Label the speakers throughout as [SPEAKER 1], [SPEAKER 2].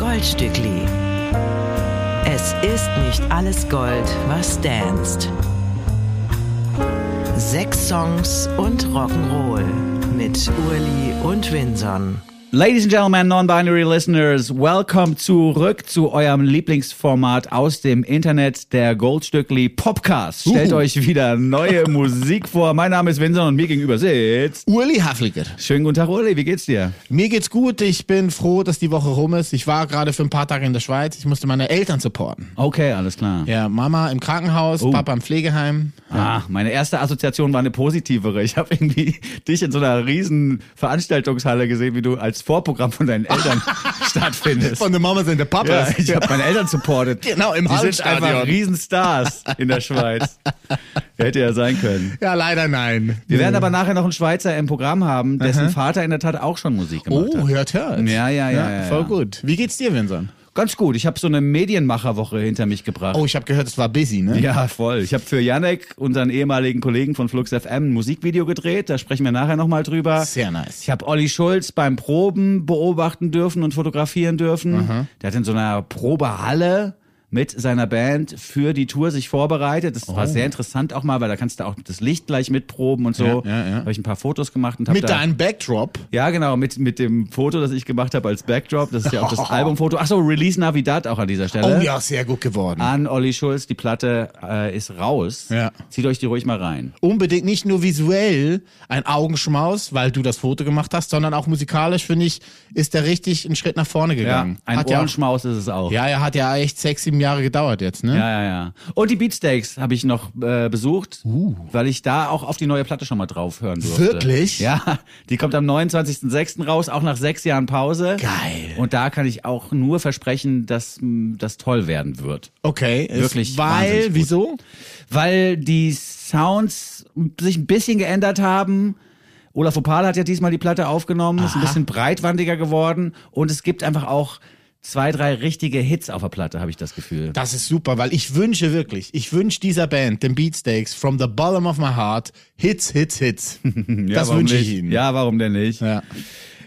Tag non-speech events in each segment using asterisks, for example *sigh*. [SPEAKER 1] Goldstückli. Es ist nicht alles Gold, was danst. Sechs Songs und Rock'n'Roll mit Urli und Winson.
[SPEAKER 2] Ladies and Gentlemen, Non-Binary Listeners, welcome zurück zu eurem Lieblingsformat aus dem Internet, der Goldstückli Podcast. Stellt euch wieder *laughs* neue Musik vor. Mein Name ist Vincent und mir gegenüber sitzt.
[SPEAKER 3] Uli Hafliger.
[SPEAKER 2] Schönen guten Tag, Uli, wie geht's dir?
[SPEAKER 3] Mir geht's gut. Ich bin froh, dass die Woche rum ist. Ich war gerade für ein paar Tage in der Schweiz. Ich musste meine Eltern supporten.
[SPEAKER 2] Okay, alles klar.
[SPEAKER 3] Ja, Mama im Krankenhaus, Papa im Pflegeheim.
[SPEAKER 2] Ah, meine erste Assoziation war eine positivere. Ich habe irgendwie *laughs* dich in so einer riesen Veranstaltungshalle gesehen, wie du als Vorprogramm von deinen *laughs* Eltern stattfindest.
[SPEAKER 3] der Mama sind
[SPEAKER 2] Ja,
[SPEAKER 3] der Papa.
[SPEAKER 2] ich habe meine Eltern supportet.
[SPEAKER 3] Genau, im
[SPEAKER 2] Die sind
[SPEAKER 3] Hallenstadion.
[SPEAKER 2] einfach Riesenstars in der Schweiz. Hätte ja sein können.
[SPEAKER 3] *laughs* Ja, leider nein.
[SPEAKER 2] Wir werden aber nachher noch einen Schweizer im Programm haben, dessen Vater in der Tat auch schon Musik gemacht
[SPEAKER 3] Oh,
[SPEAKER 2] hat.
[SPEAKER 3] hört, hört.
[SPEAKER 2] Ja, ja, ja, ja,
[SPEAKER 3] voll
[SPEAKER 2] ja.
[SPEAKER 3] gut. Wie geht's dir, Vincent?
[SPEAKER 2] Ganz gut. Ich habe so eine Medienmacherwoche hinter mich gebracht.
[SPEAKER 3] Oh, ich habe gehört, es war busy, ne?
[SPEAKER 2] Ja, voll. Ich habe für Janek, unseren ehemaligen Kollegen von Flux FM, ein Musikvideo gedreht. Da sprechen wir nachher nochmal drüber.
[SPEAKER 3] Sehr nice.
[SPEAKER 2] Ich habe Olli Schulz beim Proben beobachten dürfen und fotografieren dürfen. Der hat in so einer Probehalle mit seiner Band für die Tour sich vorbereitet. Das
[SPEAKER 3] Oh.
[SPEAKER 2] war sehr interessant auch mal, weil da kannst du auch das Licht gleich mitproben und so.
[SPEAKER 3] Ja, ja, ja.
[SPEAKER 2] Habe ich ein paar Fotos gemacht und habe
[SPEAKER 3] Mit
[SPEAKER 2] da
[SPEAKER 3] deinem Backdrop.
[SPEAKER 2] Ja, genau, mit, mit dem Foto, das ich gemacht habe als Backdrop. Das ist ja auch
[SPEAKER 3] *laughs*
[SPEAKER 2] das Albumfoto. Ach so, Release Navidad auch an dieser Stelle.
[SPEAKER 3] Oh ja, sehr gut geworden.
[SPEAKER 2] An Olli Schulz, die Platte äh, ist raus.
[SPEAKER 3] Ja.
[SPEAKER 2] Zieht euch die ruhig mal rein.
[SPEAKER 3] unbedingt nicht nur visuell ein Augenschmaus, weil du das Foto gemacht hast, sondern auch musikalisch, finde ich, ist der richtig einen Schritt nach vorne
[SPEAKER 2] Ja,
[SPEAKER 3] gegangen.
[SPEAKER 2] ein
[SPEAKER 3] hat ja, auch,
[SPEAKER 2] Ohrenschmaus ist es auch.
[SPEAKER 3] ja, ja, hat ja echt sechs, sieben Jahre gedauert jetzt, ne?
[SPEAKER 2] Ja, ja, ja. Und die Beatsteaks habe ich noch äh, besucht,
[SPEAKER 3] Uh.
[SPEAKER 2] weil ich da auch auf die neue Platte schon mal drauf hören durfte.
[SPEAKER 3] Wirklich?
[SPEAKER 2] Ja, die kommt am 29.06. raus, auch nach sechs Jahren Pause.
[SPEAKER 3] Geil.
[SPEAKER 2] Und da kann ich auch nur versprechen, dass mh, das toll werden wird.
[SPEAKER 3] Okay, es-
[SPEAKER 2] Wirklich wahnsinnig
[SPEAKER 3] Weil,
[SPEAKER 2] gut.
[SPEAKER 3] wieso?
[SPEAKER 2] weil die Sounds sich ein bisschen geändert haben. Olaf Opal hat ja diesmal die Platte aufgenommen, ist ein bisschen breitwandiger geworden und es gibt einfach auch zwei, drei richtige Hits auf der Platte, habe ich das Gefühl.
[SPEAKER 3] Das ist super, weil ich wünsche wirklich, ich wünsche dieser Band, den Beatsteaks, from the bottom of my heart, Hits, Hits, Hits. das
[SPEAKER 2] warum
[SPEAKER 3] wünsche
[SPEAKER 2] nicht?
[SPEAKER 3] ich
[SPEAKER 2] *laughs*
[SPEAKER 3] ihnen.
[SPEAKER 2] Ja, warum denn nicht?
[SPEAKER 3] Ja.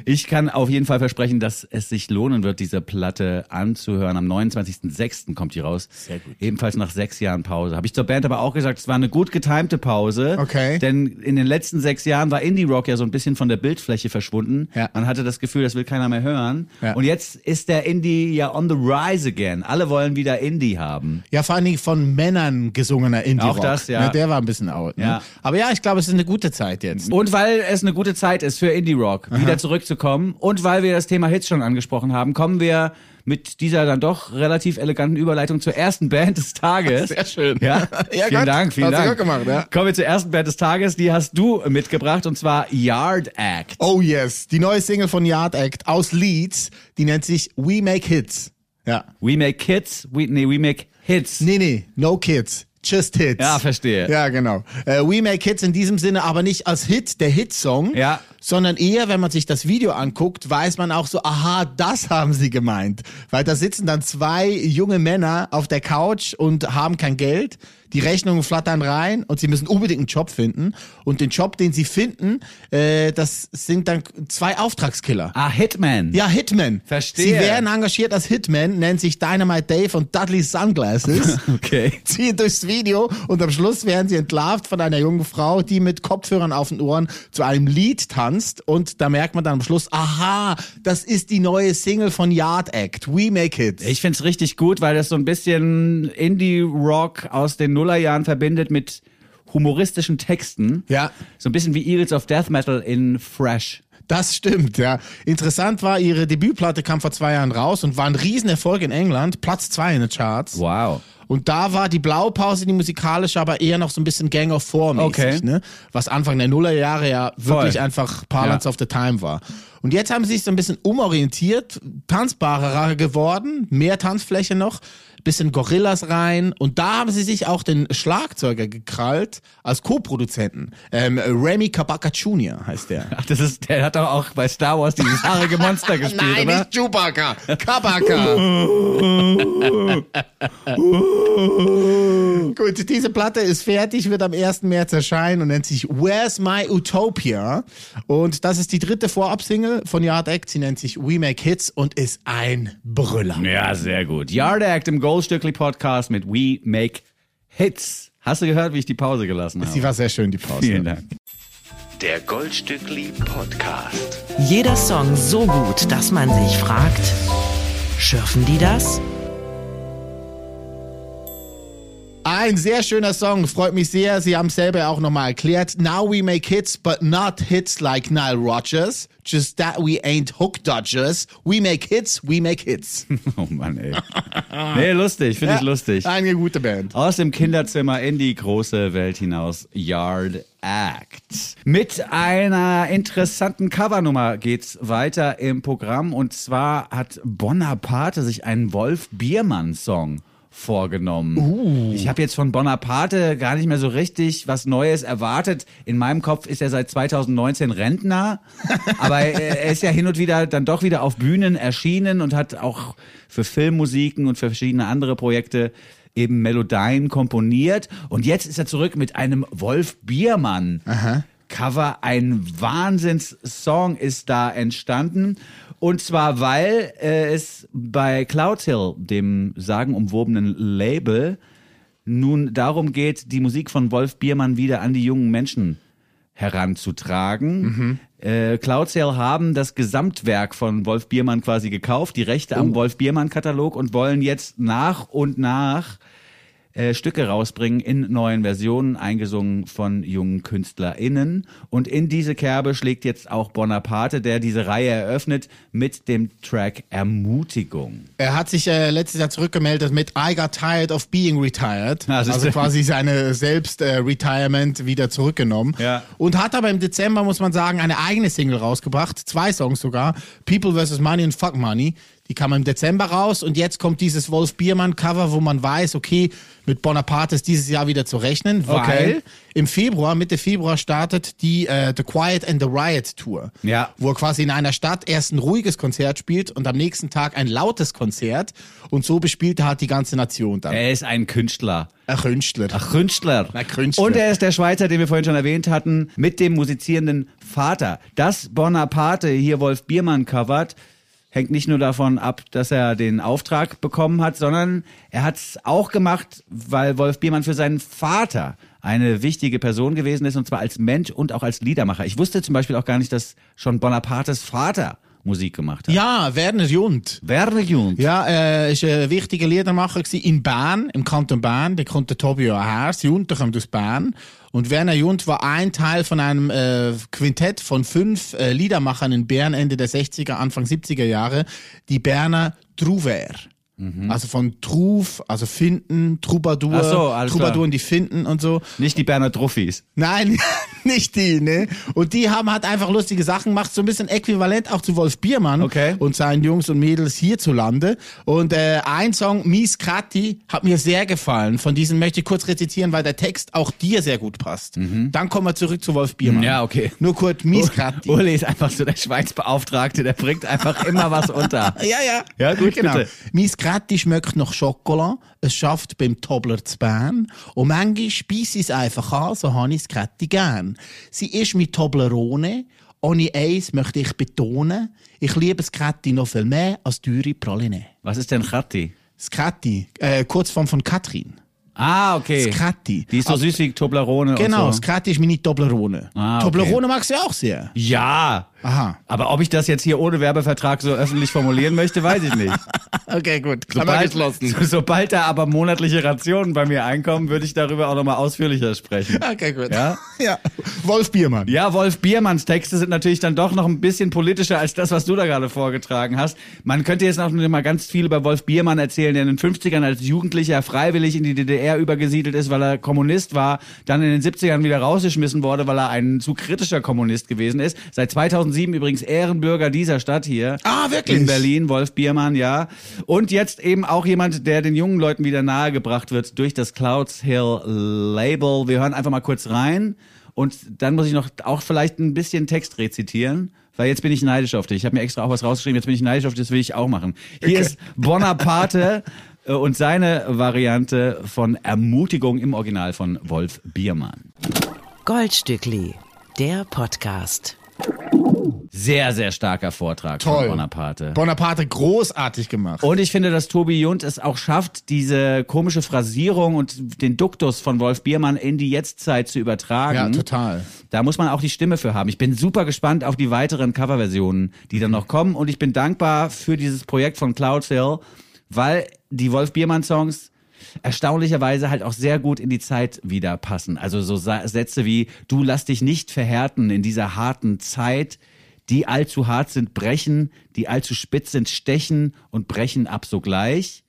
[SPEAKER 2] Ich kann auf jeden Fall versprechen, dass es sich lohnen wird, diese Platte anzuhören. Am 29.06. kommt die raus.
[SPEAKER 3] Sehr gut.
[SPEAKER 2] Ebenfalls nach sechs Jahren Pause. Habe ich zur Band aber auch gesagt, es war eine gut getimte Pause.
[SPEAKER 3] Okay.
[SPEAKER 2] Denn in den letzten sechs Jahren war Indie-Rock ja so ein bisschen von der Bildfläche verschwunden.
[SPEAKER 3] Ja.
[SPEAKER 2] Man hatte das Gefühl, das will keiner mehr hören.
[SPEAKER 3] Ja.
[SPEAKER 2] Und jetzt ist der Indie ja on the rise again. Alle wollen wieder Indie haben.
[SPEAKER 3] Ja, vor allen Dingen von Männern gesungener Indie-Rock.
[SPEAKER 2] Auch das, ja.
[SPEAKER 3] Ne, der war ein bisschen out. Ne?
[SPEAKER 2] Ja.
[SPEAKER 3] Aber ja, ich glaube, es ist eine gute Zeit jetzt.
[SPEAKER 2] Und weil es eine gute Zeit ist für Indie-Rock, wieder zurückzukommen und weil wir das Thema Hits schon angesprochen haben, kommen wir mit dieser dann doch relativ eleganten Überleitung zur ersten Band des Tages.
[SPEAKER 3] Sehr schön.
[SPEAKER 2] Ja,
[SPEAKER 3] *laughs* Ja,
[SPEAKER 2] vielen
[SPEAKER 3] Gott,
[SPEAKER 2] Dank, vielen
[SPEAKER 3] hast du
[SPEAKER 2] Dank.
[SPEAKER 3] gut gemacht, ja.
[SPEAKER 2] Kommen wir zur ersten Band des Tages, die hast du mitgebracht und zwar Yard Act.
[SPEAKER 3] Oh yes, die neue Single von Yard Act aus Leeds, die nennt sich We Make Hits. Ja.
[SPEAKER 2] We make Hits, we, nee, we make Hits.
[SPEAKER 3] Nee, nee, no kids, just hits.
[SPEAKER 2] Ja, verstehe.
[SPEAKER 3] Ja, genau. Äh, We Make Hits in diesem Sinne aber nicht als Hit, der Hitsong,
[SPEAKER 2] Ja.
[SPEAKER 3] sondern eher, wenn man sich das Video anguckt, weiß man auch so, aha, das haben sie gemeint. Weil da sitzen dann zwei junge Männer auf der Couch und haben kein Geld, die Rechnungen flattern rein und sie müssen unbedingt einen Job finden. Und den Job, den sie finden, äh, das sind dann zwei Auftragskiller.
[SPEAKER 2] Ah, Hitman.
[SPEAKER 3] Ja, Hitman.
[SPEAKER 2] Verstehe.
[SPEAKER 3] Sie werden engagiert als Hitman, nennt sich Dynamite Dave und
[SPEAKER 2] *laughs*
[SPEAKER 3] Dudley Sunglasses.
[SPEAKER 2] Okay.
[SPEAKER 3] Ziehen durchs Video und am Schluss werden sie entlarvt von einer jungen Frau, die mit Kopfhörern auf den Ohren zu einem Lied tanzt. Und da merkt man dann am Schluss, aha, das ist die neue Single von Yard Act. We Make It.
[SPEAKER 2] Ich find's richtig gut, weil das so ein bisschen Indie-Rock aus den Nullerjahren verbindet mit humoristischen Texten.
[SPEAKER 3] Ja.
[SPEAKER 2] So ein bisschen wie Eagles of Death Metal in Fresh.
[SPEAKER 3] Das stimmt, ja. Interessant war, ihre Debütplatte kam vor zwei Jahren raus und war ein Riesenerfolg in England. Platz zwei in den Charts.
[SPEAKER 2] Wow.
[SPEAKER 3] Und da war die Blaupause, die musikalische, aber eher noch so ein bisschen Gang of Four mäßig,
[SPEAKER 2] Okay.
[SPEAKER 3] ne? Was Anfang der Nullerjahre ja wirklich
[SPEAKER 2] Voll.
[SPEAKER 3] einfach Parlance
[SPEAKER 2] Ja.
[SPEAKER 3] of the Time war. Und jetzt haben sie sich so ein bisschen umorientiert, tanzbarer geworden, mehr Tanzfläche noch, bisschen Gorillas rein. Und da haben sie sich auch den Schlagzeuger gekrallt als Co-Produzenten. Ähm, Remy Kabaka Jr. heißt der.
[SPEAKER 2] Ach, das ist, der hat doch auch bei Star Wars dieses haarige
[SPEAKER 3] *laughs*
[SPEAKER 2] Monster gespielt,
[SPEAKER 3] Nein,
[SPEAKER 2] oder?
[SPEAKER 3] nicht Chewbacca,
[SPEAKER 2] *laughs*
[SPEAKER 3] Kabaka. Gut, diese Platte ist fertig, wird am 1. März erscheinen und nennt sich Where's My Utopia? Und das ist die dritte Vorabsingle Single von Yard Act, sie nennt sich We Make Hits und ist ein Brüller.
[SPEAKER 2] Ja, sehr gut. Yard Act im Goldstückli Podcast mit We Make Hits. Hast du gehört, wie ich die Pause gelassen habe?
[SPEAKER 3] Sie war sehr schön, die Pause.
[SPEAKER 2] Vielen Dank.
[SPEAKER 4] Der Goldstückli Podcast.
[SPEAKER 1] Jeder Song so gut, dass man sich fragt, schürfen die das?
[SPEAKER 3] Ein sehr schöner Song, freut mich sehr. Sie haben es selber auch nochmal erklärt. Now we make hits, but not hits like Nile Rodgers. Just that we ain't hook dodgers. We make hits, we make hits.
[SPEAKER 2] *laughs* Oh Mann, ey. Nee, lustig, finde ich lustig.
[SPEAKER 3] Eine gute Band.
[SPEAKER 2] Aus dem Kinderzimmer in die große Welt hinaus. Yard Act. Mit einer interessanten Covernummer geht's weiter im Programm. Und zwar hat Bonaparte sich einen Wolf Biermann-Song vorgenommen. Ich habe jetzt von Bonaparte gar nicht mehr so richtig was Neues erwartet. In meinem Kopf ist er seit 2019 Rentner, aber er er ist ja hin und wieder dann doch wieder auf Bühnen erschienen und hat auch für Filmmusiken und für verschiedene andere Projekte eben Melodien komponiert. Und jetzt ist er zurück mit einem Wolf Biermann. Cover, ein Wahnsinns-Song ist da entstanden. Und zwar, weil äh, es bei Cloud Hill, dem sagenumwobenen Label, nun darum geht, die Musik von Wolf Biermann wieder an die jungen Menschen heranzutragen. Äh, Cloud Sale haben das Gesamtwerk von Wolf Biermann quasi gekauft, die Rechte am Wolf Biermann-Katalog und wollen jetzt nach und nach äh, Stücke rausbringen in neuen Versionen, eingesungen von jungen KünstlerInnen. Und in diese Kerbe schlägt jetzt auch Bonaparte, der diese Reihe eröffnet, mit dem Track Ermutigung.
[SPEAKER 3] Er hat sich äh, letztes Jahr zurückgemeldet mit I got tired of being retired.
[SPEAKER 2] Ah,
[SPEAKER 3] Also,
[SPEAKER 2] siehste.
[SPEAKER 3] quasi seine Selbst-Retirement wieder zurückgenommen.
[SPEAKER 2] Ja.
[SPEAKER 3] Und hat aber im Dezember, muss man sagen, eine eigene Single rausgebracht. Zwei Songs sogar. People vs. Money und Fuck Money. Die kam im Dezember raus und jetzt kommt dieses Wolf Biermann-Cover, wo man weiß, okay, mit Bonaparte ist dieses Jahr wieder zu rechnen, weil
[SPEAKER 2] Okay.
[SPEAKER 3] im Februar, Mitte Februar startet die äh, The Quiet and the Riot Tour.
[SPEAKER 2] Ja.
[SPEAKER 3] Wo er quasi in einer Stadt erst ein ruhiges Konzert spielt und am nächsten Tag ein lautes Konzert. Und so bespielt er halt die ganze Nation dann.
[SPEAKER 2] Er ist ein Künstler.
[SPEAKER 3] Ein Künstler.
[SPEAKER 2] Ach, Künstler.
[SPEAKER 3] Na, Künstler.
[SPEAKER 2] Und er ist der Schweizer, den wir vorhin schon erwähnt hatten, mit dem musizierenden Vater. Das Bonaparte hier Wolf Biermann covert, hängt nicht nur davon ab, dass er den Auftrag bekommen hat, sondern er hat es auch gemacht, weil Wolf Biermann für seinen Vater eine wichtige Person gewesen ist, und zwar als Mensch und auch als Liedermacher. Ich wusste zum Beispiel auch gar nicht, dass schon Bonapartes Vater Musik gemacht hat.
[SPEAKER 3] Ja, Werner Jund.
[SPEAKER 2] Werner Jung.
[SPEAKER 3] Ja, äh, ist ein wichtiger Liedermacher gewesen in Bern, im Kanton Bern. Da kommt der Tobio her. Das Jund, der kommt aus Bern. Und Werner Jund war ein Teil von einem äh, Quintett von fünf äh, Liedermachern in Bern Ende der 60er, Anfang 70er Jahre, die Berner Trouver. Also von Truf, also finden, Troubadour,
[SPEAKER 2] Mhm. Ach so, also- alles klar.
[SPEAKER 3] Troubadouren, die finden und so.
[SPEAKER 2] Nicht die Berner Truffis.
[SPEAKER 3] Nein, *laughs* nicht die, ne? Und die haben halt einfach lustige Sachen gemacht, so ein bisschen äquivalent auch zu Wolf Biermann
[SPEAKER 2] Okay.
[SPEAKER 3] und seinen Jungs und Mädels hierzulande. Und äh, ein Song, Mies Kati, hat mir sehr gefallen. Von diesen möchte ich kurz rezitieren, weil der Text auch dir sehr gut passt. Dann kommen wir zurück zu Wolf Biermann.
[SPEAKER 2] Mhm. Ja, okay. Oh,
[SPEAKER 3] Nur kurz, Mies Kati.
[SPEAKER 2] Uli ist einfach so der Schweizbeauftragte, der bringt einfach immer was unter.
[SPEAKER 3] *laughs* Ja, ja.
[SPEAKER 2] Ja, gut, bitte.
[SPEAKER 3] Mies Krätti schmeckt nach Schokolade, es schafft beim Tobler zu Bern. Und manchmal speise ich es einfach an, so habe ich das Krätti gern. Sie ist mit Toblerone. Ohne eins möchte ich betonen, ich liebe das Krätti noch viel mehr als teure Praline.
[SPEAKER 2] Was ist denn Chatti?
[SPEAKER 3] Das Krätti, äh, Kurzform von Katrin.
[SPEAKER 2] Ah, okay.
[SPEAKER 3] Das Krätti.
[SPEAKER 2] Die ist so süß wie Toblerone
[SPEAKER 3] Genau,
[SPEAKER 2] und
[SPEAKER 3] das
[SPEAKER 2] so.
[SPEAKER 3] Krätti ist meine Toblerone.
[SPEAKER 2] Ah, okay.
[SPEAKER 3] Toblerone magst du ja auch sehr.
[SPEAKER 2] Ja.
[SPEAKER 3] Aha.
[SPEAKER 2] Aber ob ich das jetzt hier ohne Werbevertrag so öffentlich formulieren möchte, weiß ich nicht.
[SPEAKER 3] *laughs* Okay, gut.
[SPEAKER 2] so, *laughs* sobald da aber monatliche Rationen bei mir einkommen, würde ich darüber auch nochmal ausführlicher sprechen.
[SPEAKER 3] Okay, gut.
[SPEAKER 2] Ja?
[SPEAKER 3] *laughs* ja. Wolf Biermann.
[SPEAKER 2] Ja, Wolf Biermanns Texte sind natürlich dann doch noch ein bisschen politischer als das, was du da gerade vorgetragen hast. Man könnte jetzt noch mal ganz viel über Wolf Biermann erzählen, der in den 50ern als Jugendlicher freiwillig in die DDR übergesiedelt ist, weil er Kommunist war, dann in den 70ern wieder rausgeschmissen wurde, weil er ein zu kritischer Kommunist gewesen ist. Seit 2007 übrigens Ehrenbürger dieser Stadt hier.
[SPEAKER 3] Ah, wirklich?
[SPEAKER 2] In Berlin, Wolf Biermann, ja. Und jetzt eben auch jemand, der den jungen Leuten wieder nahegebracht wird durch das Clouds Hill Label. Wir hören einfach mal kurz rein und dann muss ich noch auch vielleicht ein bisschen Text rezitieren, weil jetzt bin ich neidisch auf dich. Ich habe mir extra auch was rausgeschrieben, jetzt bin ich neidisch auf dich, das will ich auch machen. Hier ist Bonaparte äh, und seine Variante von Ermutigung im Original von Wolf Biermann.
[SPEAKER 1] Goldstückli, der Podcast.
[SPEAKER 2] Sehr, sehr starker Vortrag
[SPEAKER 3] Toll.
[SPEAKER 2] von Bonaparte.
[SPEAKER 3] Bonaparte großartig gemacht.
[SPEAKER 2] Und ich finde, dass Tobi Jund es auch schafft, diese komische Phrasierung und den Duktus von Wolf Biermann in die Jetztzeit zu übertragen.
[SPEAKER 3] ja, total.
[SPEAKER 2] Da muss man auch die Stimme für haben. Ich bin super gespannt auf die weiteren Coverversionen, die dann noch kommen. Und ich bin dankbar für dieses Projekt von Cloudfill, weil die Wolf Biermann-Songs erstaunlicherweise halt auch sehr gut in die Zeit wieder passen. Also so Sa Sätze wie, du lass dich nicht verhärten in dieser harten Zeit, die allzu hart sind, brechen, die allzu spitz sind, stechen und brechen ab sogleich.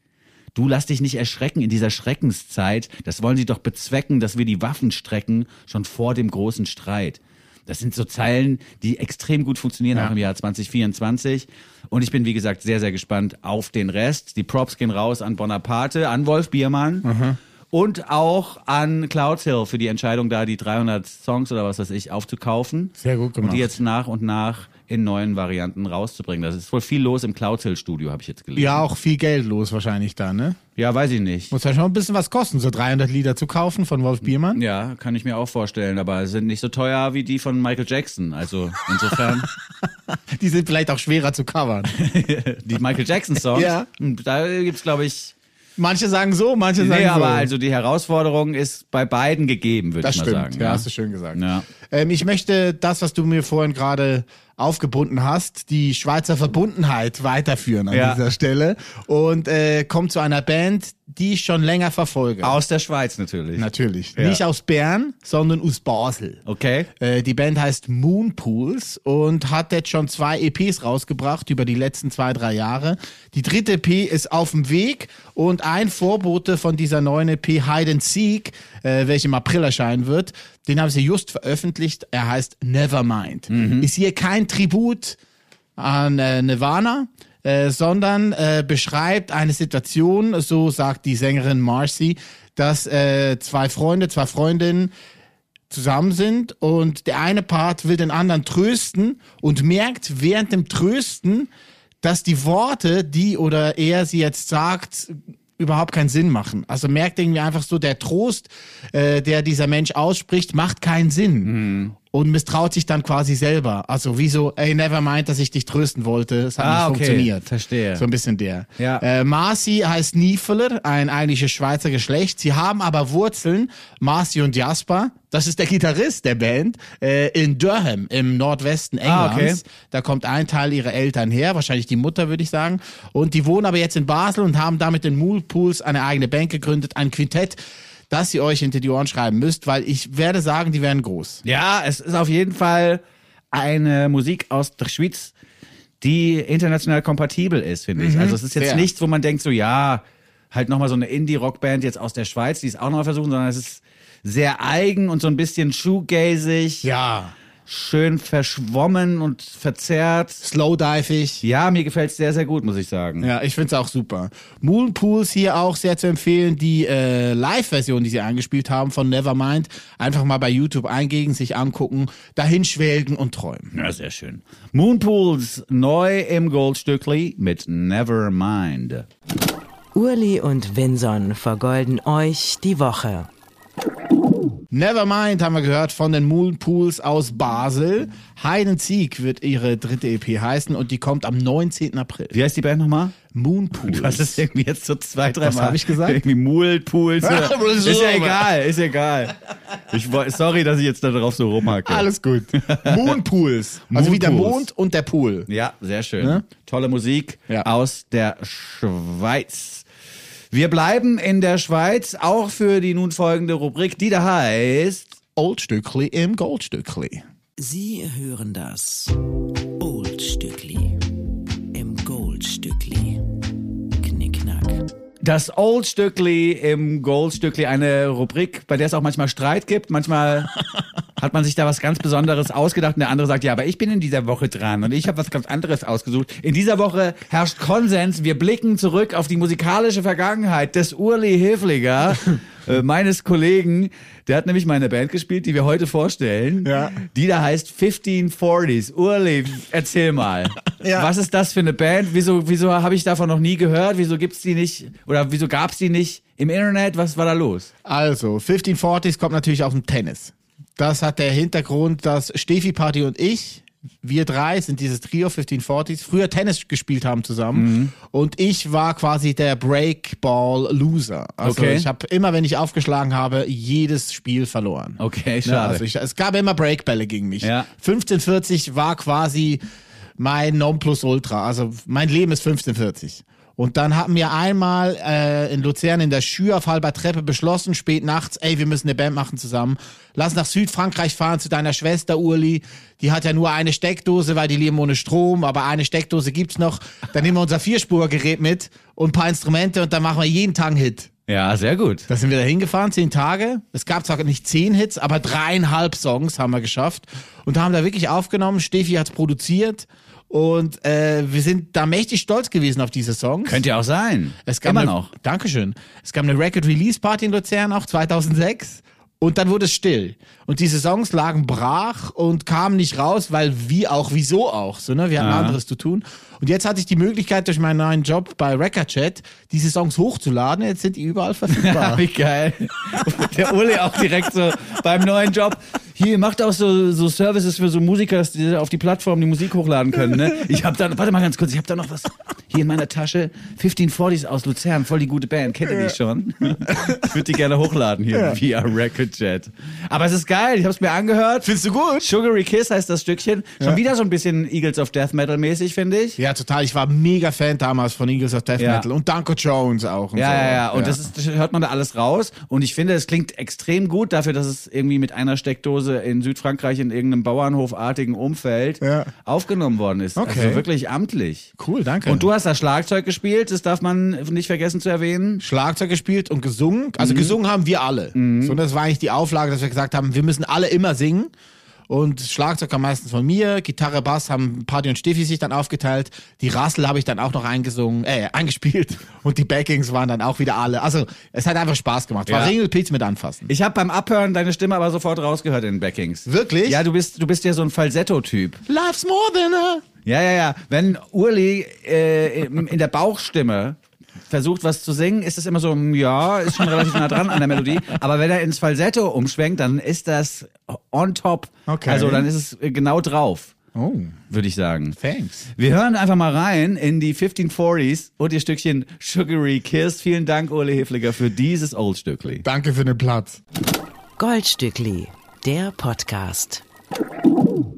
[SPEAKER 2] Du lass dich nicht erschrecken in dieser Schreckenszeit. Das wollen sie doch bezwecken, dass wir die Waffen strecken, schon vor dem großen Streit. Das sind so Zeilen, die extrem gut funktionieren auch im Jahr 2024. Und ich bin, wie gesagt, sehr, sehr gespannt auf den Rest. Die Props gehen raus an Bonaparte, an Wolf Biermann
[SPEAKER 3] Mhm.
[SPEAKER 2] und auch an Cloud Hill für die Entscheidung, da die 300 Songs oder was weiß ich aufzukaufen.
[SPEAKER 3] Sehr gut
[SPEAKER 2] Und
[SPEAKER 3] gemacht.
[SPEAKER 2] die jetzt nach und nach in neuen Varianten rauszubringen. Das ist wohl viel los im Cloud Hill Studio, habe ich jetzt gelesen.
[SPEAKER 3] Ja, auch viel Geld los wahrscheinlich da, ne?
[SPEAKER 2] ja weiß ich nicht.
[SPEAKER 3] Muss ja schon ein bisschen was kosten, so 300 Lieder zu kaufen von
[SPEAKER 2] Mhm.
[SPEAKER 3] Wolf Biermann.
[SPEAKER 2] Ja, kann ich mir auch vorstellen, aber sind nicht so teuer wie die von Michael Jackson. Also
[SPEAKER 3] *laughs*
[SPEAKER 2] insofern,
[SPEAKER 3] Die sind vielleicht auch schwerer zu
[SPEAKER 2] *laughs*
[SPEAKER 3] covern.
[SPEAKER 2] die Michael Jackson-Songs,
[SPEAKER 3] Ja.
[SPEAKER 2] da gibt's glaube ich.
[SPEAKER 3] Manche sagen so, manche sagen
[SPEAKER 2] Nee,
[SPEAKER 3] so.
[SPEAKER 2] aber also die Herausforderung ist bei beiden gegeben, würde
[SPEAKER 3] das
[SPEAKER 2] ich mal
[SPEAKER 3] stimmt,
[SPEAKER 2] sagen.
[SPEAKER 3] ja, hast du schön gesagt.
[SPEAKER 2] Ja.
[SPEAKER 3] Ähm, ich möchte das, was du mir vorhin gerade aufgebunden hast, die Schweizer Verbundenheit weiterführen an
[SPEAKER 2] Ja.
[SPEAKER 3] dieser Stelle und äh, komme zu einer Band, die ich schon länger verfolge.
[SPEAKER 2] Aus der Schweiz natürlich.
[SPEAKER 3] Natürlich. Nicht aus Bern, sondern aus Basel.
[SPEAKER 2] Okay.
[SPEAKER 3] Äh, die Band heißt Moonpools und hat jetzt schon zwei EPs rausgebracht über die letzten zwei, drei Jahre. Die dritte EP ist auf dem Weg und ein Vorbote von dieser neuen EP Hide and Seek, äh, welche im April erscheinen wird, den haben sie just veröffentlicht. Er heißt Nevermind. Ist hier kein Tribut an äh, Nirvana, äh, sondern äh, beschreibt eine Situation, so sagt die Sängerin Marcy, dass äh, zwei Freunde, zwei Freundinnen zusammen sind und der eine Part will den anderen trösten und merkt während dem Trösten, dass die Worte, die oder er sie jetzt sagt, überhaupt keinen Sinn machen. Also merkt irgendwie einfach so, der Trost, äh, der dieser Mensch ausspricht, macht keinen Sinn.
[SPEAKER 2] Hm.
[SPEAKER 3] Und misstraut sich dann quasi selber. Also wie so, ey, never mind, dass ich dich trösten wollte. Es hat
[SPEAKER 2] Ah,
[SPEAKER 3] nicht
[SPEAKER 2] okay.
[SPEAKER 3] funktioniert.
[SPEAKER 2] Verstehe.
[SPEAKER 3] So ein bisschen der.
[SPEAKER 2] Ja.
[SPEAKER 3] Äh, Marci heißt Niefeler, ein eigentliches Schweizer Geschlecht. Sie haben aber Wurzeln, Marci und Jasper, das ist der Gitarrist der Band, äh, in Durham im Nordwesten
[SPEAKER 2] Ah,
[SPEAKER 3] Englands. Da kommt ein Teil ihrer Eltern her, wahrscheinlich die Mutter, würde ich sagen. Und die wohnen aber jetzt in Basel und haben damit den Moolpools eine eigene Band gegründet, ein Quintett, das ihr euch hinter die Ohren schreiben müsst, weil ich werde sagen, die werden groß.
[SPEAKER 2] Ja, es ist auf jeden Fall eine Musik aus der Schweiz, die international kompatibel ist, finde ich. Also es ist jetzt
[SPEAKER 3] sehr.
[SPEAKER 2] nichts, wo man denkt so, ja, halt nochmal so eine Indie-Rock-Band jetzt aus der Schweiz, die es auch noch versuchen, sondern es ist sehr eigen und so ein bisschen shoegazig,
[SPEAKER 3] Ja.
[SPEAKER 2] schön verschwommen und verzerrt.
[SPEAKER 3] Slowdive-ig.
[SPEAKER 2] Ja, mir gefällt es sehr, sehr gut, muss ich sagen.
[SPEAKER 3] Ja, ich find's auch super. Moonpools hier auch sehr zu empfehlen. Die äh, Live-Version, die sie angespielt haben von Nevermind, einfach mal bei YouTube eingeben, sich angucken, dahin schwelgen und träumen.
[SPEAKER 2] Ja, sehr schön. Moonpools neu im Goldstückli mit Nevermind.
[SPEAKER 1] Urli und Vinson vergolden euch die Woche.
[SPEAKER 3] Nevermind haben wir gehört von den Moonpools aus Basel. Heiden Sieg wird ihre dritte EP heißen und die kommt am 19. April.
[SPEAKER 2] Wie heißt die Band nochmal?
[SPEAKER 3] Moonpools.
[SPEAKER 2] Was ist irgendwie jetzt so zwei, drei
[SPEAKER 3] Was
[SPEAKER 2] Mal?
[SPEAKER 3] hab ich gesagt?
[SPEAKER 2] Irgendwie Mulpools.
[SPEAKER 3] Aber das
[SPEAKER 2] ist
[SPEAKER 3] ist
[SPEAKER 2] ja
[SPEAKER 3] so,
[SPEAKER 2] egal, ist egal. Ich, woll- sorry, dass ich jetzt da drauf so rumhacke.
[SPEAKER 3] Alles gut. Moonpools. Also wie der
[SPEAKER 2] Moonpools.
[SPEAKER 3] Mond und der Pool.
[SPEAKER 2] *laughs* Ja, sehr schön. Tolle Musik
[SPEAKER 3] Ne? Ja.
[SPEAKER 2] aus der Schweiz. Wir bleiben in der Schweiz, auch für die nun folgende Rubrik, die da heißt...
[SPEAKER 3] Oldstückli im Goldstückli.
[SPEAKER 1] Sie hören das Oldstückli im Goldstückli. Knickknack.
[SPEAKER 2] Das Oldstückli im Goldstückli, eine Rubrik, bei der es auch manchmal Streit gibt. Manchmal hat man sich da was ganz Besonderes ausgedacht und der andere sagt, ja, aber ich bin in dieser Woche dran und ich habe was ganz anderes ausgesucht. In dieser Woche herrscht Konsens. Wir blicken zurück auf die musikalische Vergangenheit des Urli
[SPEAKER 3] *laughs*
[SPEAKER 2] Hilfliger, äh, meines Kollegen. Der hat nämlich meine Band gespielt, die wir heute vorstellen.
[SPEAKER 3] Ja.
[SPEAKER 2] Die da heißt 1540s. Urli, erzähl mal.
[SPEAKER 3] *laughs* Ja.
[SPEAKER 2] Was ist das für eine Band? Wieso, wieso habe ich davon noch nie gehört? Wieso gibt's die nicht oder wieso gab's die nicht im Internet? Was war da los?
[SPEAKER 3] Also, 1540s kommt natürlich aus dem Tennis. Das hat der Hintergrund, dass Steffi Party und ich, wir drei sind dieses Trio 1540s, früher Tennis gespielt haben zusammen.
[SPEAKER 2] Mhm.
[SPEAKER 3] Und ich war quasi der Breakball-Loser. Also
[SPEAKER 2] Okay.
[SPEAKER 3] ich habe immer, wenn ich aufgeschlagen habe, jedes Spiel verloren.
[SPEAKER 2] Okay,
[SPEAKER 3] Ne,
[SPEAKER 2] schade.
[SPEAKER 3] also ich, es gab immer Breakbälle gegen mich.
[SPEAKER 2] Ja.
[SPEAKER 3] 1540 war quasi mein Nonplusultra. Also mein Leben ist 1540. Und dann haben wir einmal äh, in Luzern in der Schür auf halber Treppe beschlossen, spät nachts, ey, wir müssen eine Band machen zusammen. Lass nach Südfrankreich fahren zu deiner Schwester Urli. Die hat ja nur eine Steckdose, weil die leben ohne Strom, aber eine Steckdose gibt's noch. Dann nehmen wir unser Vierspurgerät mit und ein paar Instrumente und dann machen wir jeden Tag einen Hit.
[SPEAKER 2] Ja, sehr gut.
[SPEAKER 3] Da sind wir da hingefahren, zehn Tage. Es gab zwar nicht zehn Hits, aber dreieinhalb Songs haben wir geschafft. Und haben da wirklich aufgenommen. Steffi hat's produziert. Und äh, wir sind da mächtig stolz gewesen auf diese Songs.
[SPEAKER 2] Könnte ja auch sein.
[SPEAKER 3] es gab
[SPEAKER 2] Immer
[SPEAKER 3] eine,
[SPEAKER 2] noch.
[SPEAKER 3] Dankeschön. Es gab eine Record Release Party in Luzern auch 2006. Und dann wurde es still. Und diese Songs lagen brach und kamen nicht raus, weil wie auch, wieso auch. So, ne? Wir hatten
[SPEAKER 2] Ah.
[SPEAKER 3] anderes zu tun. Und jetzt hatte ich die Möglichkeit, durch meinen neuen Job bei Record Chat diese Songs hochzuladen. Jetzt sind die
[SPEAKER 2] *laughs*
[SPEAKER 3] überall verfügbar.
[SPEAKER 2] Wie geil. Der Uli auch direkt so beim neuen Job. Hier, macht auch so, so Services für so Musiker, dass die auf die Plattform die Musik hochladen können. Ne? Ich habe da, warte mal ganz kurz, ich habe da noch was hier in meiner Tasche. 1540s aus Luzern, voll die gute Band. Kennt ihr die schon? Ich würde die gerne hochladen hier via Record Jet. Aber es ist geil, ich habe es mir angehört.
[SPEAKER 3] Findest du gut?
[SPEAKER 2] Sugary Kiss heißt das Stückchen. Schon wieder so ein bisschen Eagles of Death Metal mäßig, finde ich.
[SPEAKER 3] Ja, total. Ich war mega Fan damals von Eagles of Death
[SPEAKER 2] Ja.
[SPEAKER 3] Metal und Danko Jones auch. Und
[SPEAKER 2] Ja,
[SPEAKER 3] so.
[SPEAKER 2] ja, ja. Und Das, ist, das hört man da alles raus. Und ich finde, es klingt extrem gut dafür, dass es irgendwie mit einer Steckdose in Südfrankreich in irgendeinem Bauernhofartigen Umfeld
[SPEAKER 3] Ja.
[SPEAKER 2] aufgenommen worden ist.
[SPEAKER 3] Okay.
[SPEAKER 2] Also wirklich amtlich.
[SPEAKER 3] Cool, danke.
[SPEAKER 2] Und du hast da Schlagzeug gespielt, das darf man nicht vergessen zu erwähnen.
[SPEAKER 3] Schlagzeug gespielt und gesungen. Also gesungen haben wir alle. So, und das war eigentlich die Auflage, dass wir gesagt haben, wir müssen alle immer singen. Und Schlagzeug kam meistens von mir, Gitarre, Bass haben Party und Steffi sich dann aufgeteilt. Die Rassel habe ich dann auch noch eingesungen, äh, eingespielt. *laughs* Und die Backings waren dann auch wieder alle. Also es hat einfach Spaß gemacht. War
[SPEAKER 2] Ja.
[SPEAKER 3] Ringelpilz mit anfassen.
[SPEAKER 2] Ich habe beim Abhören deine Stimme aber sofort rausgehört in den Backings.
[SPEAKER 3] Wirklich?
[SPEAKER 2] Ja, du bist, du bist ja so ein Falsetto-Typ.
[SPEAKER 3] Life's more than a...
[SPEAKER 2] Ja, ja, ja. Wenn Urli äh, im- in der Bauchstimme versucht, was zu singen, ist es immer so, mm, ja, ist schon relativ nah dran an der Melodie. Aber wenn er ins Falsetto umschwenkt, dann ist das on top.
[SPEAKER 3] Okay.
[SPEAKER 2] Also dann ist es äh, genau drauf,
[SPEAKER 3] Oh,
[SPEAKER 2] würde ich sagen.
[SPEAKER 3] thanks.
[SPEAKER 2] Wir hören einfach mal rein in die 1540s und ihr Stückchen Sugary Kiss. Vielen Dank, Urli Hefliger, für dieses Oldstückli.
[SPEAKER 3] Danke für den Platz.
[SPEAKER 1] Goldstückli, der Podcast.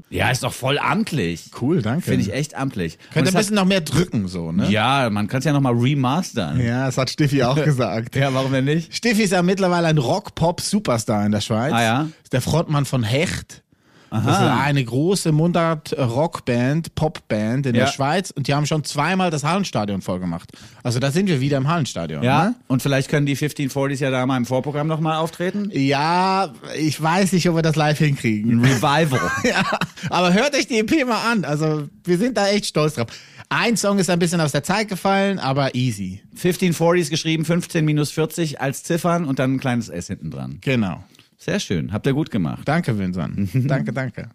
[SPEAKER 2] Ja, ist doch voll amtlich.
[SPEAKER 3] Cool, danke.
[SPEAKER 2] Finde ich echt amtlich.
[SPEAKER 3] Könnte
[SPEAKER 2] Und es
[SPEAKER 3] ein bisschen noch mehr drücken, so, ne?
[SPEAKER 2] hat, ja, man kann es ja nochmal remastern.
[SPEAKER 3] Ja, das hat Steffi *laughs* auch gesagt.
[SPEAKER 2] ja, warum denn nicht?
[SPEAKER 3] Steffi ist ja mittlerweile ein Rock-Pop-Superstar in der Schweiz.
[SPEAKER 2] Ah, ja?
[SPEAKER 3] Ist der Frontmann von Hecht. Das ist eine große Mundart-Rockband, Popband in
[SPEAKER 2] Ja.
[SPEAKER 3] der Schweiz und die haben schon zweimal das Hallenstadion vollgemacht. Also da sind wir wieder im Hallenstadion.
[SPEAKER 2] Ja,
[SPEAKER 3] Ne?
[SPEAKER 2] und vielleicht können die 1540s ja da mal im Vorprogramm nochmal auftreten.
[SPEAKER 3] Ja, ich weiß nicht, ob wir das live hinkriegen.
[SPEAKER 2] Ein Revival.
[SPEAKER 3] *laughs* Ja, aber hört euch die EP mal an. Also wir sind da echt stolz drauf. Ein Song ist ein bisschen aus der Zeit gefallen, aber easy.
[SPEAKER 2] 1540s geschrieben, 15 minus 40 als Ziffern und dann ein kleines S hinten dran.
[SPEAKER 3] Genau.
[SPEAKER 2] Sehr schön, habt ihr gut gemacht.
[SPEAKER 3] Danke, *laughs* Vincent. danke, danke.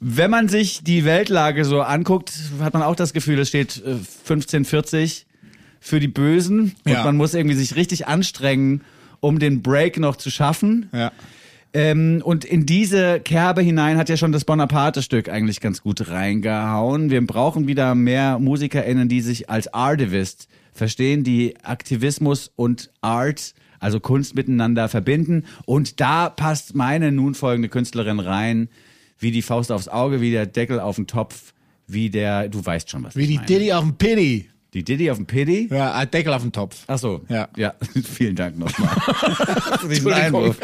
[SPEAKER 2] Wenn man sich die Weltlage so anguckt, hat man auch das Gefühl, es steht äh, 1540 für die Bösen und
[SPEAKER 3] Ja.
[SPEAKER 2] man muss irgendwie sich richtig anstrengen, um den Break noch zu schaffen.
[SPEAKER 3] Ja.
[SPEAKER 2] Ähm, und in diese Kerbe hinein hat ja schon das Bonaparte-Stück eigentlich ganz gut reingehauen. Wir brauchen wieder mehr MusikerInnen, die sich als Artivist verstehen, die Aktivismus und Art, also Kunst miteinander verbinden. Und da passt meine nun folgende Künstlerin rein, wie die Faust aufs Auge, wie der Deckel auf den Topf, wie der, du weißt schon, was
[SPEAKER 3] Wie
[SPEAKER 2] ich
[SPEAKER 3] die
[SPEAKER 2] meine.
[SPEAKER 3] Diddy auf dem Piddy.
[SPEAKER 2] Die Diddy auf dem Piddy.
[SPEAKER 3] Ja, ein Deckel auf dem Topf.
[SPEAKER 2] Ach so,
[SPEAKER 3] Ja.
[SPEAKER 2] ja. *laughs* Vielen Dank
[SPEAKER 3] *laughs*
[SPEAKER 2] nochmal. für diesen
[SPEAKER 3] Entschuldigung.
[SPEAKER 2] Einwurf.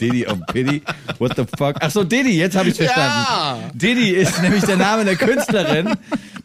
[SPEAKER 2] Diddy und Piddy. What the fuck? Ach so, Diddy, jetzt habe ich verstanden.
[SPEAKER 3] Ja.
[SPEAKER 2] Diddy ist *laughs* nämlich der Name der Künstlerin,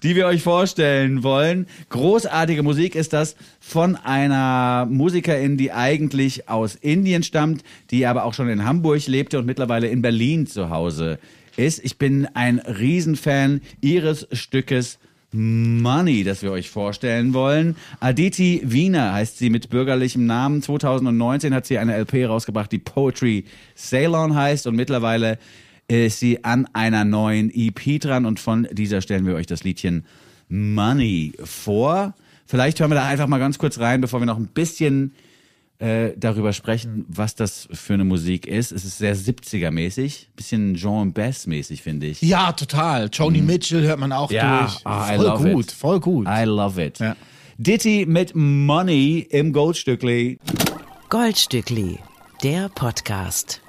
[SPEAKER 2] die wir euch vorstellen wollen. Großartige Musik ist das von einer Musikerin, die eigentlich aus Indien stammt, die aber auch schon in Hamburg lebte und mittlerweile in Berlin zu Hause ist. Ich bin ein Riesenfan ihres Stückes Money, das wir euch vorstellen wollen. Aditi Wiener heißt sie mit bürgerlichem Namen. 2019 hat sie eine LP rausgebracht, die Poetry Ceylon heißt und mittlerweile ist sie an einer neuen EP dran und von dieser stellen wir euch das Liedchen Money vor. Vielleicht hören wir da einfach mal ganz kurz rein, bevor wir noch ein bisschen äh, darüber sprechen, was das für eine Musik ist. Es ist sehr 70er-mäßig, bisschen Jean Bass-mäßig, finde ich.
[SPEAKER 3] Ja, total. Joni Mitchell hört man auch
[SPEAKER 2] Mhm. Ja,
[SPEAKER 3] durch.
[SPEAKER 2] ah, I
[SPEAKER 3] voll
[SPEAKER 2] love
[SPEAKER 3] gut,
[SPEAKER 2] it. Ah.
[SPEAKER 3] voll gut.
[SPEAKER 2] I love it.
[SPEAKER 3] Ja.
[SPEAKER 2] Ditty mit Money im Goldstückli.
[SPEAKER 1] Goldstückli, der Podcast.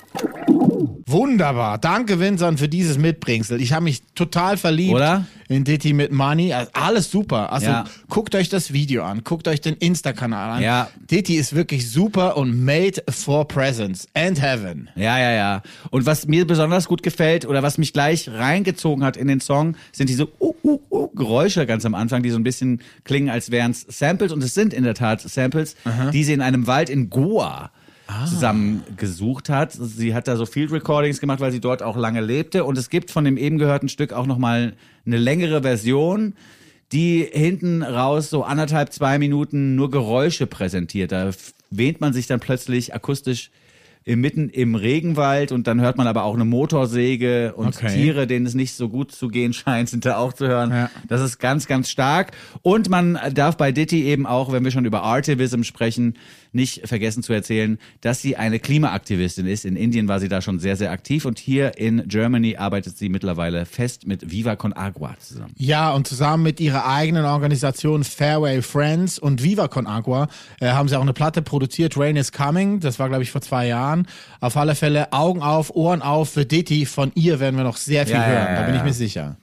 [SPEAKER 3] Wunderbar. Danke, Vincent, für dieses Mitbringsel. Ich habe mich total verliebt
[SPEAKER 2] Oder?
[SPEAKER 3] in Ditty mit Money. Also Alles super. Also
[SPEAKER 2] Ja.
[SPEAKER 3] guckt euch das Video an, guckt euch den Insta-Kanal an.
[SPEAKER 2] Ja.
[SPEAKER 3] Ditty ist wirklich super und made for presents and heaven.
[SPEAKER 2] Ja, ja, ja. Und was mir besonders gut gefällt oder was mich gleich reingezogen hat in den Song, sind diese uh, uh, uh Geräusche ganz am Anfang, die so ein bisschen klingen, als wären es Samples. Und es sind in der Tat Samples, die sie in einem Wald in Goa zusammengesucht hat. Sie hat da so Field Recordings gemacht, weil sie dort auch lange lebte. Und es gibt von dem eben gehörten Stück auch nochmal eine längere Version, die hinten raus so anderthalb, zwei Minuten nur Geräusche präsentiert. Da f- wähnt man sich dann plötzlich akustisch im- mitten im Regenwald und dann hört man aber auch eine Motorsäge und
[SPEAKER 3] Okay.
[SPEAKER 2] Tiere, denen es nicht so gut zu gehen *laughs* scheint, sind da auch zu hören.
[SPEAKER 3] Ja.
[SPEAKER 2] Das ist ganz, ganz stark. Und man darf bei Ditty eben auch, wenn wir schon über Artivism sprechen, nicht vergessen zu erzählen, dass sie eine Klimaaktivistin ist. In Indien war sie da schon sehr, sehr aktiv und hier in Germany arbeitet sie mittlerweile fest mit Viva Con Agua zusammen.
[SPEAKER 3] Ja, und zusammen mit ihrer eigenen Organisation Fairway Friends und Viva Con Agua äh, haben sie auch eine Platte produziert, Rain is Coming. Das war, glaube ich, vor zwei Jahren. Auf alle Fälle Augen auf, Ohren auf für Ditty. Von ihr werden wir noch sehr viel
[SPEAKER 2] Ja, ja,
[SPEAKER 3] hören,
[SPEAKER 2] ja,
[SPEAKER 3] da bin ich
[SPEAKER 2] ja.
[SPEAKER 3] mir sicher.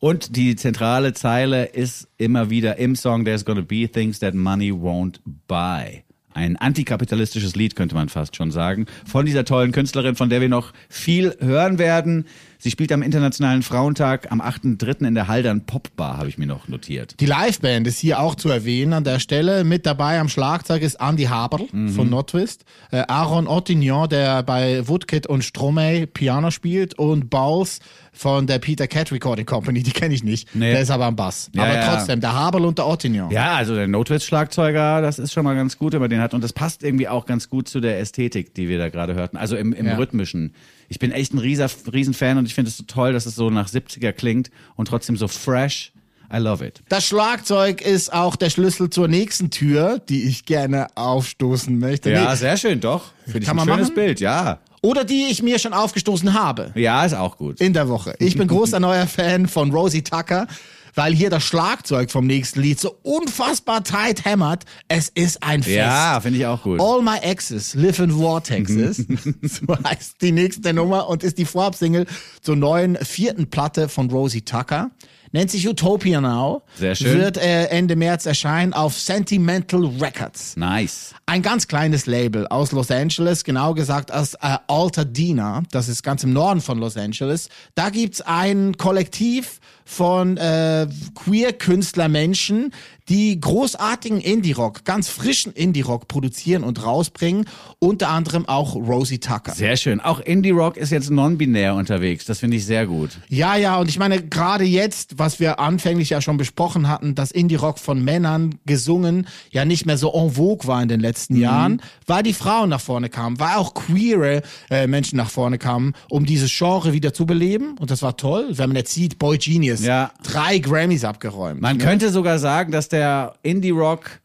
[SPEAKER 2] Und die zentrale Zeile ist immer wieder im Song There's Gonna Be Things That Money Won't Buy. Ein antikapitalistisches Lied, könnte man fast schon sagen, von dieser tollen Künstlerin, von der wir noch viel hören werden. Sie spielt am Internationalen Frauentag am 8.3. in der Haldern Popbar, habe ich mir noch notiert.
[SPEAKER 3] Die Liveband ist hier auch zu erwähnen an der Stelle. Mit dabei am Schlagzeug ist Andy Haberl
[SPEAKER 2] Mhm.
[SPEAKER 3] von Notwist, äh, Aaron Ottignon, der bei Woodkid und Stromae Piano spielt und Bowles von der Peter Cat Recording Company, die kenne ich nicht.
[SPEAKER 2] Nee.
[SPEAKER 3] Der ist aber am Bass.
[SPEAKER 2] Ja,
[SPEAKER 3] aber
[SPEAKER 2] ja.
[SPEAKER 3] trotzdem, der Haberl und der Ottignon.
[SPEAKER 2] Ja, also der Notwitz-Schlagzeuger, das ist schon mal ganz gut, wenn man den hat. Und das passt irgendwie auch ganz gut zu der Ästhetik, die wir da gerade hörten. Also im, im
[SPEAKER 3] Ja.
[SPEAKER 2] Rhythmischen. Ich bin echt ein rieser, riesen Fan und ich finde es so toll, dass es so nach 70er klingt und trotzdem so fresh. I love it.
[SPEAKER 3] Das Schlagzeug ist auch der Schlüssel zur nächsten Tür, die ich gerne aufstoßen möchte. Nee,
[SPEAKER 2] sehr schön, doch. Finde ich
[SPEAKER 3] Kann
[SPEAKER 2] ein
[SPEAKER 3] man
[SPEAKER 2] schönes
[SPEAKER 3] machen?
[SPEAKER 2] Bild, ja.
[SPEAKER 3] oder die ich mir schon aufgestoßen habe.
[SPEAKER 2] Ja, ist auch gut.
[SPEAKER 3] in der Woche. Ich
[SPEAKER 2] *laughs*
[SPEAKER 3] bin großer neuer Fan von Rosie Tucker, weil hier das Schlagzeug vom nächsten Lied so unfassbar tight hämmert. Es Oh. ist ein Fest.
[SPEAKER 2] Ja, finde ich auch gut.
[SPEAKER 3] All My Exes Live in War Texas,
[SPEAKER 2] Mhm.
[SPEAKER 3] *laughs* so heißt die nächste Nummer und ist die Vorabsingle zur neuen vierten Platte von Rosie Tucker. Nennt sich Utopia Now.
[SPEAKER 2] Sehr schön.
[SPEAKER 3] Wird äh, Ende März erscheinen auf Sentimental Records
[SPEAKER 2] Nice.
[SPEAKER 3] ein ganz kleines Label aus Los Angeles, genau gesagt aus äh, Altadena, das ist ganz im Norden von Los Angeles. Da gibt's ein Kollektiv von äh, Queer-Künstler-Menschen, die großartigen Indie-Rock, ganz frischen Indie-Rock produzieren und rausbringen, unter anderem auch Rosie Tucker.
[SPEAKER 2] Sehr schön. Auch Indie Rock ist jetzt non-binär unterwegs. Das finde ich sehr gut.
[SPEAKER 3] Ja, ja, und ich meine, gerade jetzt, was wir anfänglich ja schon besprochen hatten, dass Indie-Rock von Männern gesungen ja nicht mehr so en vogue war in den
[SPEAKER 2] Mhm.
[SPEAKER 3] letzten Jahren, weil die Frauen nach vorne kamen, weil auch queere äh, Menschen nach vorne kamen, um dieses Genre wieder zu beleben. Und das war toll, wenn man jetzt sieht, Boy Genius,
[SPEAKER 2] Ja.
[SPEAKER 3] drei Grammys abgeräumt.
[SPEAKER 2] Man
[SPEAKER 3] ne?
[SPEAKER 2] könnte sogar sagen, dass der Indie-Rock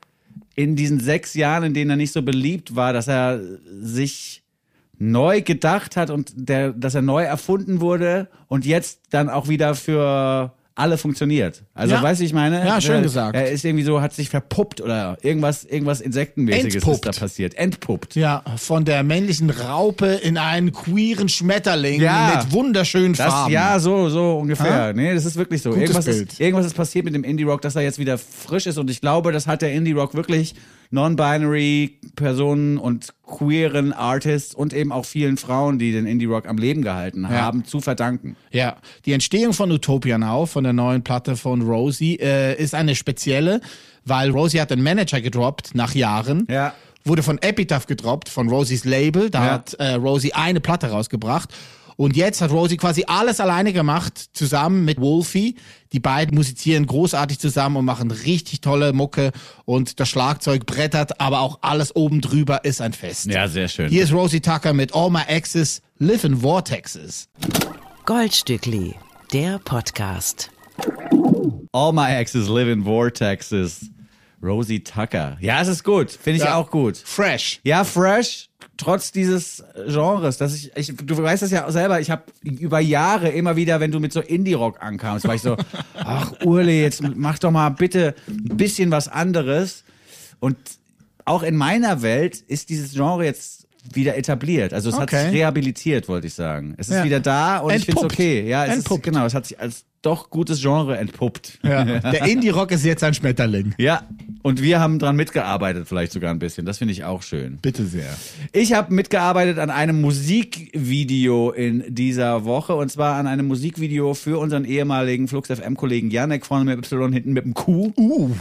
[SPEAKER 2] in diesen sechs Jahren, in denen er nicht so beliebt war, dass er sich neu gedacht hat und der, dass er neu erfunden wurde und jetzt dann auch wieder für alle funktioniert. Also,
[SPEAKER 3] Ja.
[SPEAKER 2] weißt du, ich meine?
[SPEAKER 3] Ja, schön
[SPEAKER 2] er,
[SPEAKER 3] gesagt.
[SPEAKER 2] Er ist irgendwie so, hat sich verpuppt oder irgendwas, irgendwas Insektenmäßiges
[SPEAKER 3] Entpuppt.
[SPEAKER 2] ist da passiert. Entpuppt.
[SPEAKER 3] ja, von der männlichen Raupe in einen queeren Schmetterling
[SPEAKER 2] Ja.
[SPEAKER 3] mit wunderschönen
[SPEAKER 2] Das,
[SPEAKER 3] Farben.
[SPEAKER 2] ja, so, so ungefähr. Nee, das ist wirklich so.
[SPEAKER 3] Gutes
[SPEAKER 2] Irgendwas
[SPEAKER 3] Bild.
[SPEAKER 2] ist, irgendwas ist passiert mit dem Indie-Rock, dass er jetzt wieder frisch ist. Und ich glaube, das hat der Indie-Rock wirklich non-binary Personen und queeren Artists und eben auch vielen Frauen, die den Indie-Rock am Leben gehalten haben, zu verdanken.
[SPEAKER 3] Ja, die Entstehung von Utopia Now, von der neuen Platte von Rosie, äh, ist eine spezielle, weil Rosie hat einen Manager gedroppt nach Jahren.
[SPEAKER 2] Ja.
[SPEAKER 3] Wurde von Epitaph gedroppt, von Rosies Label. Da
[SPEAKER 2] Ja.
[SPEAKER 3] hat äh, Rosie eine Platte rausgebracht. Und jetzt hat Rosie quasi alles alleine gemacht, zusammen mit Wolfie. Die beiden musizieren großartig zusammen und machen richtig tolle Mucke. Und das Schlagzeug brettert, aber auch alles oben drüber ist ein Fest.
[SPEAKER 2] sehr schön.
[SPEAKER 3] Hier ist Rosie Tucker mit All My Exes, Live in Vortexes.
[SPEAKER 1] Goldstückli, der Podcast.
[SPEAKER 2] All my exes live in vortexes. Rosie Tucker. Ja, es ist gut. Finde ich
[SPEAKER 3] Ja.
[SPEAKER 2] auch gut.
[SPEAKER 3] Fresh.
[SPEAKER 2] Ja, fresh, trotz dieses Genres, dass ich, ich du weißt das ja selber, ich habe über Jahre immer wieder, wenn du mit so Indie-Rock ankamst, war ich so,
[SPEAKER 3] *laughs*
[SPEAKER 2] ach Urli, jetzt mach doch mal bitte ein bisschen was anderes. Und auch in meiner Welt ist dieses Genre jetzt wieder etabliert. Also es hat
[SPEAKER 3] Okay.
[SPEAKER 2] sich rehabilitiert, wollte ich sagen. Es ist
[SPEAKER 3] Ja.
[SPEAKER 2] wieder da und ich finde es
[SPEAKER 3] Entpuppt.
[SPEAKER 2] okay. Ja, es
[SPEAKER 3] Entpuppt.
[SPEAKER 2] Ist, genau, es hat sich als doch gutes Genre entpuppt.
[SPEAKER 3] Ja. *laughs* Der Indie-Rock ist jetzt ein Schmetterling.
[SPEAKER 2] Ja, und wir haben dran mitgearbeitet, vielleicht sogar ein bisschen. Das finde ich auch schön.
[SPEAKER 3] Bitte sehr.
[SPEAKER 2] Ich habe mitgearbeitet an einem Musikvideo in dieser Woche und zwar an einem Musikvideo für unseren ehemaligen Flux FM Kollegen Janek vorne mit Y hinten mit dem Q. Uh.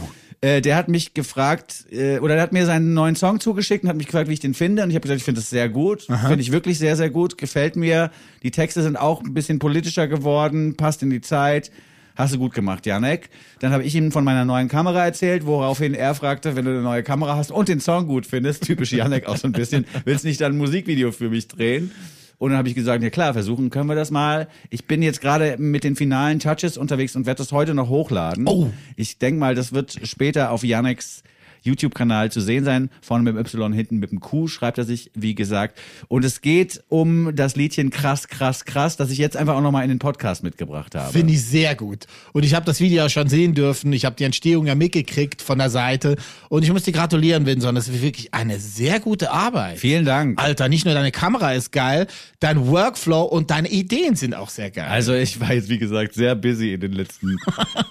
[SPEAKER 2] Äh, der hat mich gefragt, äh, oder der hat mir seinen neuen Song zugeschickt und hat mich gefragt, wie ich den finde. Und ich habe gesagt, ich finde das sehr gut. Finde ich wirklich sehr, sehr gut. Gefällt mir. Die Texte sind auch ein bisschen politischer geworden, passt in die Zeit. Hast du gut gemacht, Janek. Dann habe ich ihm von meiner neuen Kamera erzählt, woraufhin er fragte, wenn du eine neue Kamera hast und den Song gut findest, typisch Janek auch so ein bisschen, willst nicht dann ein Musikvideo für mich drehen? Und dann habe ich gesagt, ja klar, versuchen können wir das mal. Ich bin jetzt gerade mit den finalen Touches unterwegs und werde das heute noch hochladen.
[SPEAKER 3] Oh.
[SPEAKER 2] Ich denke mal, das wird später auf Janeks YouTube-Kanal zu sehen sein. Vorne mit dem Y, hinten mit dem Q schreibt er sich, wie gesagt. Und es geht um das Liedchen Krass, Krass, Krass, das ich jetzt einfach auch nochmal in den Podcast mitgebracht habe.
[SPEAKER 3] Finde ich sehr gut. Und ich habe das Video ja schon sehen dürfen. Ich habe die Entstehung ja mitgekriegt von der Seite. Und ich muss dir gratulieren, Vincent. Das ist wirklich eine sehr gute Arbeit.
[SPEAKER 2] Vielen Dank.
[SPEAKER 3] Alter, nicht nur deine Kamera ist geil, dein Workflow und deine Ideen sind auch sehr geil.
[SPEAKER 2] Also ich war jetzt, wie gesagt, sehr busy in den letzten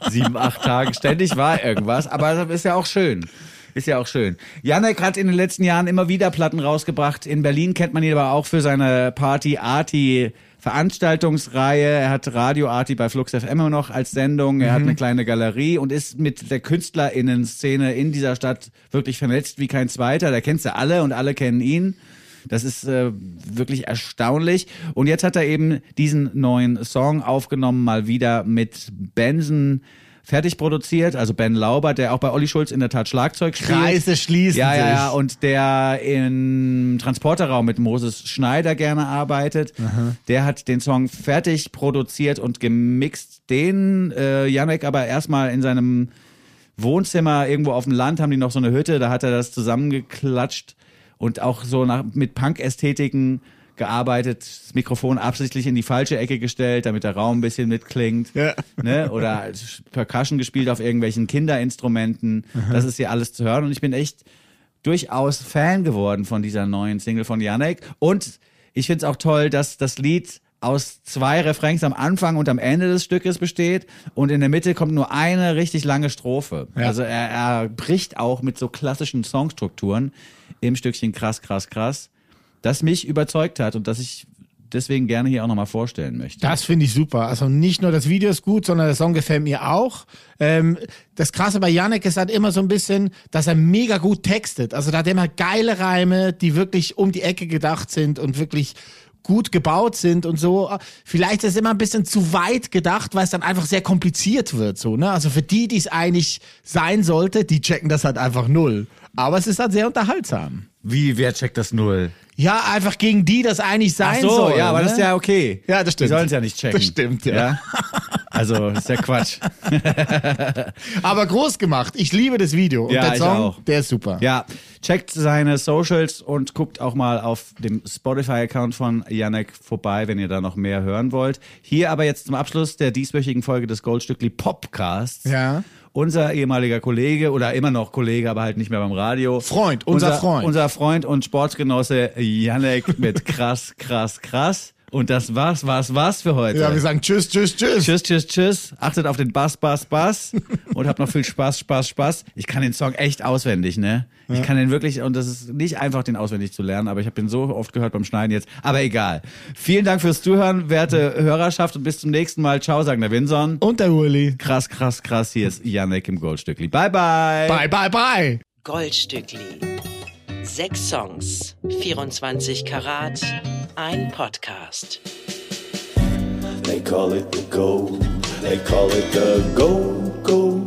[SPEAKER 2] sieben, acht Tagen. Ständig war irgendwas, aber das ist ja auch schön. Ist ja auch schön. Janek hat in den letzten Jahren immer wieder Platten rausgebracht. In Berlin kennt man ihn aber auch für seine Party Arti Veranstaltungsreihe. Er hat Radio Arti bei Flux FM immer noch als Sendung. Er hat eine kleine Galerie und ist mit der Künstlerinnen-Szene in dieser Stadt wirklich vernetzt wie kein zweiter. Da kennst du alle und alle kennen ihn. Das ist äh, wirklich erstaunlich. Und jetzt hat er eben diesen neuen Song aufgenommen, mal wieder mit Benson fertig produziert. Also Ben Laubert, der auch bei Olli Schulz in der Tat Schlagzeug spielt.
[SPEAKER 3] Kreise schließen
[SPEAKER 2] Ja, ja, ja.
[SPEAKER 3] sich.
[SPEAKER 2] Und der im Transporterraum mit Moses Schneider gerne arbeitet, der hat den Song fertig produziert und gemixt. Den äh, Janek aber erstmal in seinem Wohnzimmer irgendwo auf dem Land, haben die noch so eine Hütte, da hat er das zusammengeklatscht und auch so nach, mit Punk-Ästhetiken gearbeitet, das Mikrofon absichtlich in die falsche Ecke gestellt, damit der Raum ein bisschen mitklingt.
[SPEAKER 3] Ja.
[SPEAKER 2] Ne? Oder als Percussion gespielt auf irgendwelchen Kinderinstrumenten. Das ist hier alles zu hören und ich bin echt durchaus Fan geworden von dieser neuen Single von Janek. Und ich finde es auch toll, dass das Lied aus zwei Refrains am Anfang und am Ende des Stückes besteht und in der Mitte kommt nur eine richtig lange Strophe. Also er, er bricht auch mit so klassischen Songstrukturen im Stückchen krass, krass, krass, das mich überzeugt hat und das ich deswegen gerne hier auch nochmal vorstellen möchte.
[SPEAKER 3] Das finde ich super. Also nicht nur das Video ist gut, sondern der Song gefällt mir auch. Ähm, das Krasse bei Janek ist halt immer so ein bisschen, dass er mega gut textet. Also da hat er immer geile Reime, die wirklich um die Ecke gedacht sind und wirklich gut gebaut sind und so. Vielleicht ist es immer ein bisschen zu weit gedacht, weil es dann einfach sehr kompliziert wird. So, ne? Also für die, die es eigentlich sein sollte, die checken das halt einfach null. Aber es ist halt sehr unterhaltsam.
[SPEAKER 2] Wie, wer checkt das Null?
[SPEAKER 3] Ja, einfach gegen die das eigentlich
[SPEAKER 2] Ach
[SPEAKER 3] sein
[SPEAKER 2] so,
[SPEAKER 3] soll.
[SPEAKER 2] ja, aber
[SPEAKER 3] ne?
[SPEAKER 2] das ist ja okay.
[SPEAKER 3] Ja, das stimmt.
[SPEAKER 2] Die sollen es ja nicht checken.
[SPEAKER 3] Das stimmt, ja.
[SPEAKER 2] Also, ist ja Quatsch.
[SPEAKER 3] Aber groß gemacht. Ich liebe das Video. Und
[SPEAKER 2] Ja,
[SPEAKER 3] der
[SPEAKER 2] ich
[SPEAKER 3] Song,
[SPEAKER 2] auch.
[SPEAKER 3] der ist super.
[SPEAKER 2] Ja, checkt seine Socials und guckt auch mal auf dem Spotify-Account von Janek vorbei, wenn ihr da noch mehr hören wollt. Hier aber jetzt zum Abschluss der dieswöchigen Folge des Goldstückli Popcasts.
[SPEAKER 3] Ja.
[SPEAKER 2] Unser ehemaliger Kollege oder immer noch Kollege, aber halt nicht mehr beim Radio.
[SPEAKER 3] Freund, unser Freund.
[SPEAKER 2] Unser Freund und Sportgenosse Janek mit krass, krass, krass. Und das war's, war's, war's für heute.
[SPEAKER 3] Ja, wir sagen tschüss, tschüss, tschüss.
[SPEAKER 2] Tschüss, tschüss, tschüss. Achtet auf den Bass, Bass, Bass. Und habt noch viel Spaß, Spaß, Spaß. Ich kann den Song echt auswendig, ne? Ich kann den wirklich, und das ist nicht einfach, den auswendig zu lernen, aber ich habe den so oft gehört beim Schneiden jetzt. Aber egal. Vielen Dank fürs Zuhören, werte Hörerschaft, und bis zum nächsten Mal. Ciao, sagen der Winson.
[SPEAKER 3] Und der Uli.
[SPEAKER 2] Krass, krass, krass. Hier ist Janek im Goldstückli. Bye, bye.
[SPEAKER 3] Bye, bye, bye.
[SPEAKER 5] Goldstückli. Sechs Songs, 24 Karat, ein Podcast.
[SPEAKER 6] They call it the gold. They call it the gold, gold,